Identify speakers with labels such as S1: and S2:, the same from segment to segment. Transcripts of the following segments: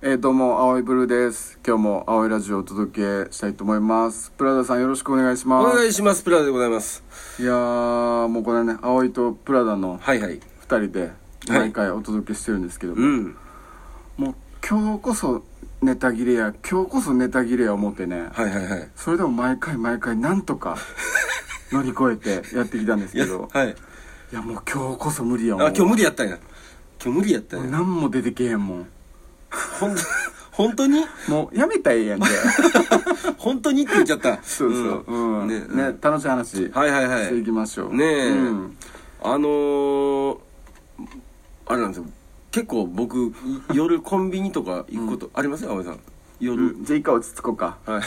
S1: えー、どうも、青いブルーです。今日も青いラジオをお届けしたいと思います。プラダさんよろしくお願いし
S2: お
S1: ま
S2: 願いしますプラでございます
S1: す。いやー、もうこれね、青いとプラダの
S2: はいはい
S1: 二人で毎回お届けしてるんですけども、
S2: うん
S1: もう今日こそネタ切れや、今日こそネタ切れや思ってね、
S2: はいはいはい
S1: それでも毎回毎回なんと か乗り越えてやってきたんです
S2: い
S1: け
S2: や
S1: ど、
S2: はい
S1: いやもう今日こそ無理やもん。
S2: あ今日無理やったんや今日無理やった
S1: もうん
S2: や
S1: 何も出てけへんもん。
S2: ほん 本当に
S1: もうやめたらええや んけ。
S2: 本当にって言っちゃった
S1: そうそう。うん。
S2: ね
S1: ね楽しい話。
S2: はいはいは
S1: してい
S2: い
S1: きましょう
S2: ねえ、
S1: うん
S2: あのー、あれなんですよ結構僕い夜コンビニとか行くことありますよ青井さん夜、
S1: じゃあ一回落ち着こうか、
S2: はい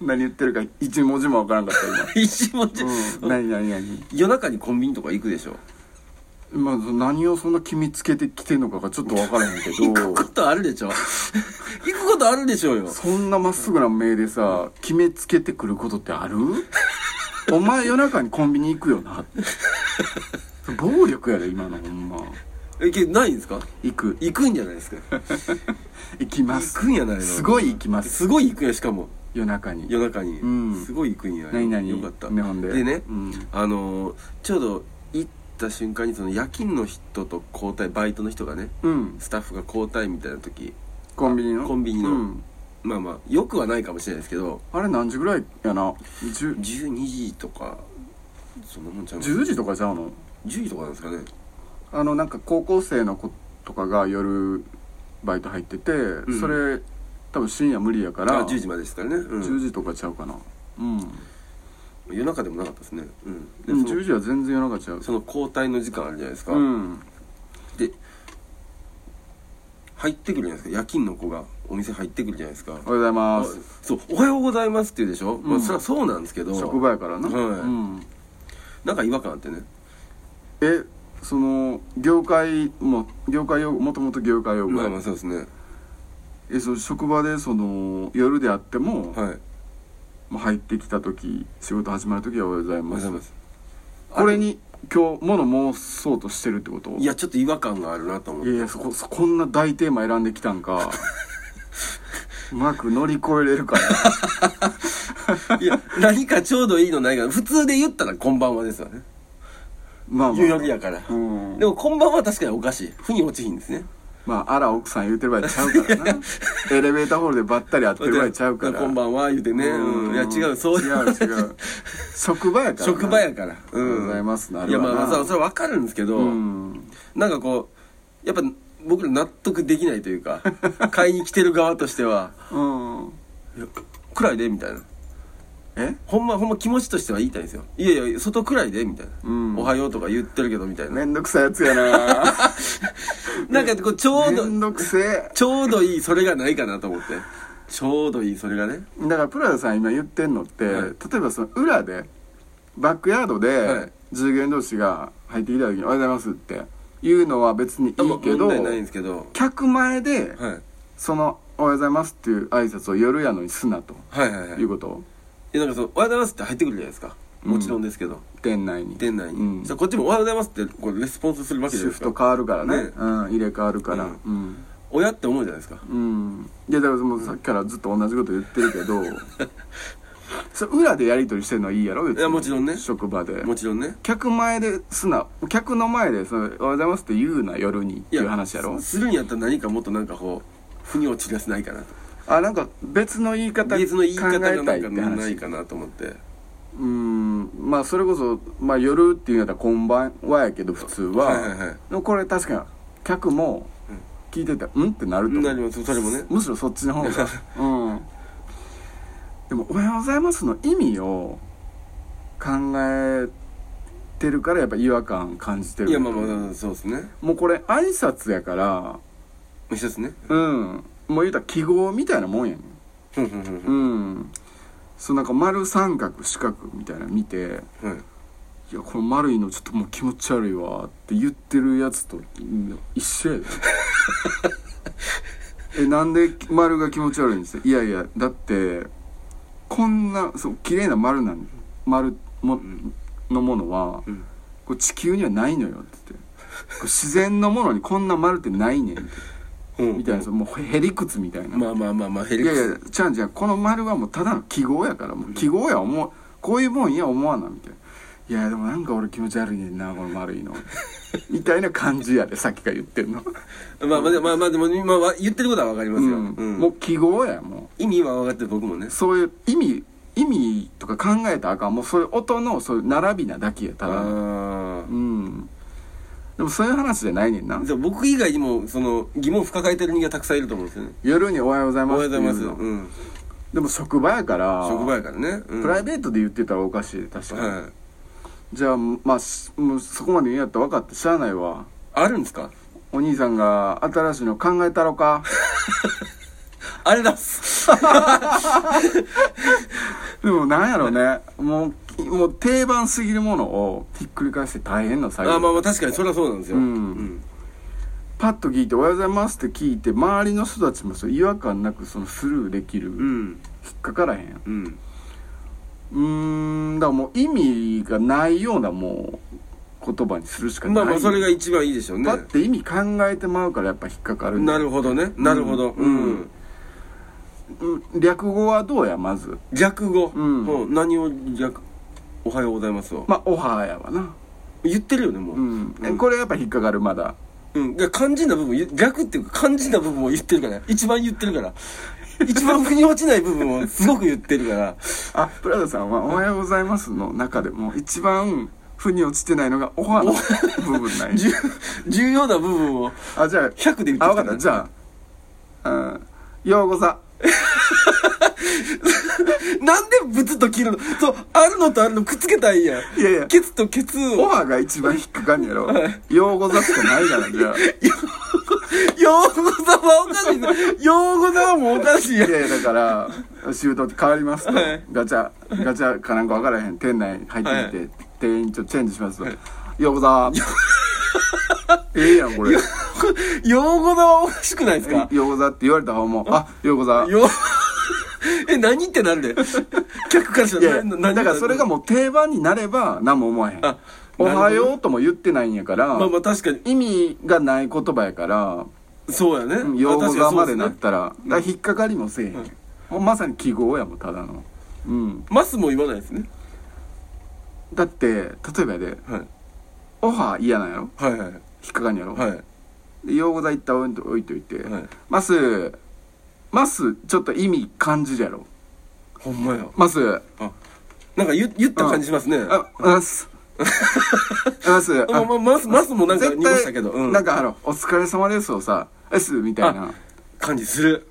S1: うん、何言ってるか一文字もわからなかった
S2: 一文字、
S1: 今、うん、 何何何
S2: 夜中にコンビニとか行くでしょ
S1: まあその何をそんな決めつけてきてんのかがちょっとわからへんけ
S2: 行く
S1: ど
S2: ことあるでしょ行くことあるでしょうよ
S1: そんなまっすぐな目でさ決めつけてくることって あるお前夜中にコンビニ行くよな暴力やで今のほんま
S2: えけないんですか
S1: 行く
S2: 行くんじゃないですか
S1: 行きます
S2: 行くんやないの
S1: すごい行きます
S2: すごい行くんやしかも
S1: 夜中に
S2: 夜中に、
S1: うん
S2: すごい行くんや
S1: 何々
S2: よかった
S1: ねほんで
S2: ね、
S1: うん
S2: あのーちょうど行った瞬間にその夜勤の人と交代バイトの人がね
S1: うん
S2: スタッフが交代みたいな時
S1: コンビニの
S2: コンビニの
S1: うん
S2: まあまあよくはないかもしれないですけど
S1: あれ何時ぐらいやな10
S2: 12時とかそんなもんちゃう
S1: 10時とかちゃうの
S2: 10時とかなんですかね
S1: あのなんか高校生の子とかが夜バイト入ってて、
S2: ん
S1: それ多分深夜無理やか
S2: あ
S1: ら
S2: 10時までですからね、うん
S1: 10時とかちゃうかなうん、
S2: 夜中でもなかったですね、うん、で
S1: でも
S2: その
S1: 10時は全然夜中ちゃう
S2: その交代の時間あるじゃないですか、
S1: うん
S2: で入ってくるじゃないですか夜勤の子がお店入ってくるじゃないですか
S1: おはようござい
S2: あ
S1: ます
S2: そう「おはようございます」って言うでしょ、ま
S1: う
S2: あ、
S1: ん
S2: そりゃそうなんですけど
S1: 職場やからな、
S2: はい
S1: うん、
S2: なんか違和感あってね
S1: えその業界も業界用語もともと業界用語、
S2: まあまあそうですね
S1: えその職場でその夜であっても、
S2: はい
S1: もう入ってきた時仕事始まる時はおはようござい
S2: おは
S1: ま
S2: ようご
S1: す
S2: ざいます
S1: これに今日物申そうとしてるってこと
S2: いやちょっと違和感があるなと
S1: い
S2: 思って
S1: やいやそこそこんな大テーマ選んできたん かうまく乗り越えれるかない
S2: や何かちょうどいいのないかな普通で言ったら「こんばんは」ですよね
S1: まあまあ
S2: 言うよりやから、
S1: うん
S2: でも「こんばんは」確かにおかしい腑に落ちひんですね
S1: まああら奥さん言うてる場合ちゃうからなエレベーターホールでばったり会ってる場合ちゃうから
S2: こんばんは」言うてね、うん、いや違うそう
S1: 違う違う職場やからな
S2: 職場やから、う
S1: お
S2: ん、
S1: はようございますなる
S2: いや
S1: わな
S2: まあそそれは分かるんですけど、
S1: うん
S2: なんかこうやっぱ僕ら納得できないとい うか買いに来てる側としては
S1: うん
S2: 「いや暗いで」みたいな
S1: え
S2: ほんまほんま気持ちとしては言いたいんですよ「いやいや外暗いで」みたいな「
S1: うん
S2: おはよう」とか言ってるけどみたいな、
S1: めんどくさいやつや な
S2: なんかこうちょう
S1: め
S2: ど
S1: んどくせえ
S2: ちょうどいいそれがないかなと思ってちょうどいいそれがね
S1: だからプラダさん今言ってんのって、
S2: はい
S1: 例えばその裏でバックヤード
S2: は
S1: で
S2: い
S1: 従業員同士が入ってきた時に「おはようございます」って言うのは別にいいけ
S2: 問
S1: ど
S2: 題ないんですけど、
S1: 客前で
S2: はい、
S1: その「おはようございます」っていう挨拶を夜やのにすなと
S2: はいはいはい
S1: いうこと
S2: いやなんかその「おはようございます」って入ってくるじゃないですかもちろんですけど、
S1: 店内に
S2: 店内に、
S1: うん
S2: そしたらこっちも「おはようございます」ってこれレスポンスするわけ
S1: シ
S2: じゃな
S1: フ
S2: いですか
S1: ト変わるからね
S2: ね
S1: うん、入れ替わるから
S2: うん
S1: うん、
S2: 親って思うじゃないですか
S1: うんいやだからもうさっきからずっと同じこと言ってるけ どそれ裏でやり取りしてるのはいいやろ別に
S2: いやもちろんね
S1: 職場で
S2: もちろんね
S1: 客前ですな客の前でその「おはようございます」って言うな夜にっていう話やろ
S2: すするんやったら何かもっとなんかこう腑に落ちがせないかなと
S1: あなんか別の言い方考え
S2: 別の言い方がなん
S1: たいっ
S2: か
S1: て
S2: ない
S1: 話
S2: かなと思って
S1: うんまあそれこそ、まあ、夜っていうんやったら「こんばんは」やけど普通は,、
S2: はいはいはい
S1: でもこれ確かに客も聞いてて「うん?」ってなると思う
S2: なりますそれもね
S1: むしろそっちの方 がうんでも「おはようございます」の意味を考えてるからやっぱ違和感感じてる
S2: いやまあまあそうですね
S1: もうこれ挨拶やから
S2: 一つね
S1: うんもう言うたら記号みたいなもんやね
S2: ふんふんふんふ
S1: うんんそうなんか丸三角四角みたいなの見て
S2: はい
S1: 「いやこの丸いのちょっともう気持ち悪いわ」って言ってるやつとうん一緒や でえなんで丸が気持ち悪いんですかいやいやだってこんなそう綺麗な丸なん丸も、のものは、
S2: うん
S1: これ地球にはないのよって言ってこれ自然のものにこんな丸ってないねんって
S2: うん
S1: みたいなですもうへりくつみたいな、
S2: まあまあまあまあヘ
S1: い
S2: リク
S1: やい
S2: ス
S1: やちゃんちゃんこの丸はもうただの記号やからもう記号や思うこういうもんや思わなみたいないやでもなんか俺気持ち悪いねんなこの丸 いのみたいな感じやでさっきから言ってんの、
S2: まあまあでもまあまあでも今は言ってることはわかりますよ、
S1: うん
S2: うん
S1: もう記号やも
S2: 意味は分かってる僕もね
S1: うそういう意味意味とか考えたらあかんもうそういう音のそういう並びなだけやただの
S2: あ
S1: うんでもそういう話じゃないねんな
S2: あじゃあ僕以外にもその疑問を抱えてる人間たくさんいると思うんですよね
S1: 夜におはようござい
S2: お
S1: ます
S2: はようございます
S1: ってうの
S2: うん
S1: でも職場やから
S2: 職場やからね、うん
S1: プライベートで言ってたらおかしい確かに、
S2: はい
S1: じゃあまあしもうそこまで言うんやったら分かってしゃあないわ
S2: あるんですか
S1: お兄さんが新しいの考えたろ か
S2: あれだっす
S1: でもなんやろねもうもう定番すぎるものをひっくり返して大変な
S2: あ
S1: 作業
S2: まあまあ確かにそれはそうなんですよ、
S1: うんパッと聞いて「おはようございます」って聞いて周りの人たちもそう違和感なくそのスルーできる、
S2: う
S1: 引
S2: ん
S1: っかからへん
S2: うん
S1: うーんだからもう意味がないようなもう言葉にするしかない
S2: まあまあそれが一番いいでしょうね
S1: だって意味考えてまうからやっぱ引っかかるんだ
S2: な
S1: よ
S2: るほどねなるほど
S1: う
S2: うんん、
S1: うん略語はどうやまず
S2: 略語、
S1: うん
S2: う何を略「おはようございますを」
S1: まあオハーやわな
S2: 言ってるよねもう、
S1: うん、
S2: うん
S1: これやっぱ引っかかるまだ
S2: うん、いや肝心な部分言う逆っていうか肝心な部分を言ってるから一番言ってるから 一番腑に落ちない部分をすごく言ってるから
S1: あプラザさんは「おはようございます」の中でも一番腑に落ちてないのがオハーの部分 ない
S2: 重重要な部分を
S1: あじゃあ
S2: 100で言ってき
S1: あ
S2: た
S1: 分かったじゃあうんようござ
S2: なんでブツと切るのそうあるのとあるのくっつけたらいいやん
S1: いやいや
S2: ケツとケツ
S1: オ
S2: を
S1: ハーが一番引っかかんやろようござしかないからじゃあ
S2: 用語ざはおか しいな用語ざはもうおかしいやん
S1: いやいやだからシフト変わりますと、
S2: はい
S1: ガチャガチャかなんか分からへん店内入ってみて、店員ちょっとチェンジしますと、ようござ ええやんこれ
S2: 用語ざはおかしくないですか
S1: ようござって言われた方もあようござ
S2: よ え何ってなるで客からした
S1: いや
S2: ら
S1: いや
S2: な何
S1: だからそれが
S2: も
S1: もう定番になれば何も思わへん
S2: あ
S1: 「おはよう」とも言ってないんやから、
S2: まあまあ確かに
S1: 意味がない言葉やから
S2: そうやね
S1: 「用語
S2: あ確か
S1: ざ」
S2: にそ
S1: ま
S2: う
S1: ですな
S2: ね
S1: ったら,、だから引っかかりもせえへん、もうまさに記号やもんただのうん
S2: マスも言わないですね
S1: だって例えばやで
S2: はい
S1: 「オファー嫌なんやろ
S2: はいはい
S1: 引っかかんやろ、
S2: はい
S1: で用語ざ一旦置いといて
S2: はい
S1: 「ます、ます」ちょっと意味感じるやろ
S2: ほんまや
S1: 「ます」
S2: あなんか言言った感じしますね
S1: あ「 ます」あます
S2: まあまあマスマスもなんか濁したけど
S1: 絶
S2: う
S1: 対
S2: ん
S1: なんかあの「お疲れ様です」をさ「S」みたいな
S2: あ感じする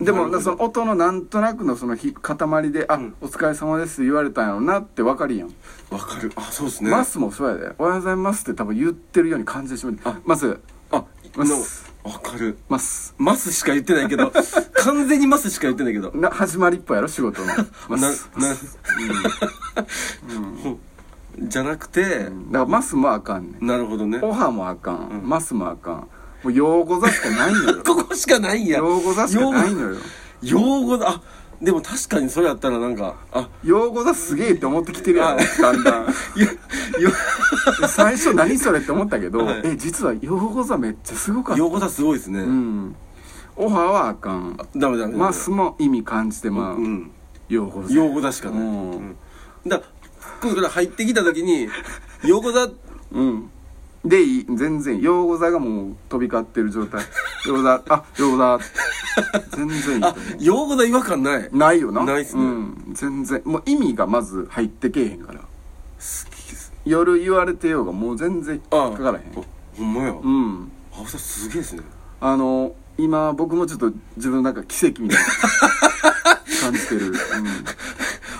S1: で
S2: な
S1: も
S2: るほど
S1: その音のなんとなくのそのひ塊で「あ、
S2: ん
S1: お疲れ様です」言われたんやろなって分かるやん
S2: わかるあそうです
S1: 「
S2: ね
S1: ます」もそうやで「おはようございます」って多分言ってるように感じてしまう「ます」
S2: あ
S1: マ
S2: の
S1: ス
S2: わかる
S1: 「ます
S2: マスしか言ってないけど完全にマスしか言ってないけど」
S1: な始まりっぽいやろ仕事の「ま
S2: な
S1: す」
S2: なじゃなくて
S1: うんだから「ます」もあかんねん
S2: なるほどね
S1: 「おは」もあかん「ます」もあかんもう用語座しかないのよ
S2: ここしか ないんや
S1: 用語座しかないのよ
S2: 用語用語だあでも確かにそれやったらなんかあ
S1: 用語座すげえって思ってきてるやろだんだん
S2: いやよ
S1: 最初何それって思ったけど、
S2: はい
S1: え実は用語座めっちゃすごかった
S2: 用語だすごいですね、
S1: うんオファーはあかん
S2: ダメダメダメ
S1: マスも意味感じてまう、
S2: うん
S1: 用語座
S2: 用語だしかない、
S1: うん
S2: うんだからこれ入ってきた時に用語だ
S1: うんでいい全然用語座がもう飛び交ってる状態 用語座あ用語座全然いいと
S2: あ
S1: 思
S2: 用語だ違和感ないう
S1: ないよな
S2: ないっすね
S1: うん、全然もう意味がまず入ってけえへんから
S2: 好きです
S1: 夜言われてようがもう全然引っかからへん
S2: ほんまや
S1: うん
S2: 青さんすげえですね
S1: あの今僕もちょっと自分なんか奇跡み たいな感じてる、うん、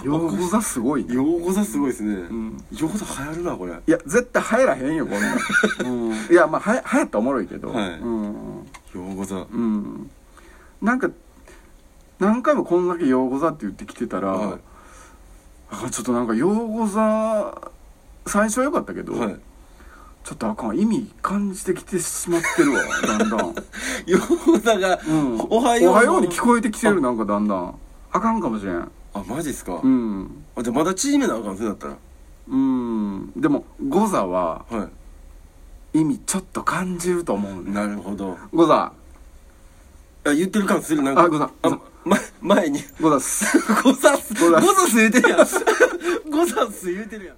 S1: 用語座すごいね
S2: 用語だすごいですね、
S1: ん
S2: 用語だ流行るなこれ
S1: いや絶対流行らへんよこんなん、うん、いやまあはや流行ったらおもろいけど、
S2: はい
S1: うん
S2: 用語だ
S1: うんなんか何回もこんだけ「用語座」って言ってきてたら、
S2: はい
S1: あちょっとなんか「用語座」最初は良かったけど、
S2: はい
S1: ちょっとあかん意味感じてきてしまってるわだんだん、
S2: 用語だが、
S1: うん、
S2: おはよう
S1: おはように聞こえてきてるなんかだんだんあかんかもしれん
S2: あマジですか、
S1: うん
S2: あじゃあまだ縮めなあかんそれだったら
S1: うんでも「語座」は
S2: は
S1: 意味ちょっと感じると思う
S2: い
S1: ね
S2: なるほど
S1: 「語座」
S2: あ言ってる感するなんか
S1: あござ
S2: ま、前に
S1: ございます
S2: ござす
S1: ござ
S2: ござ
S1: す
S2: す言うてるやんござす言うてるやん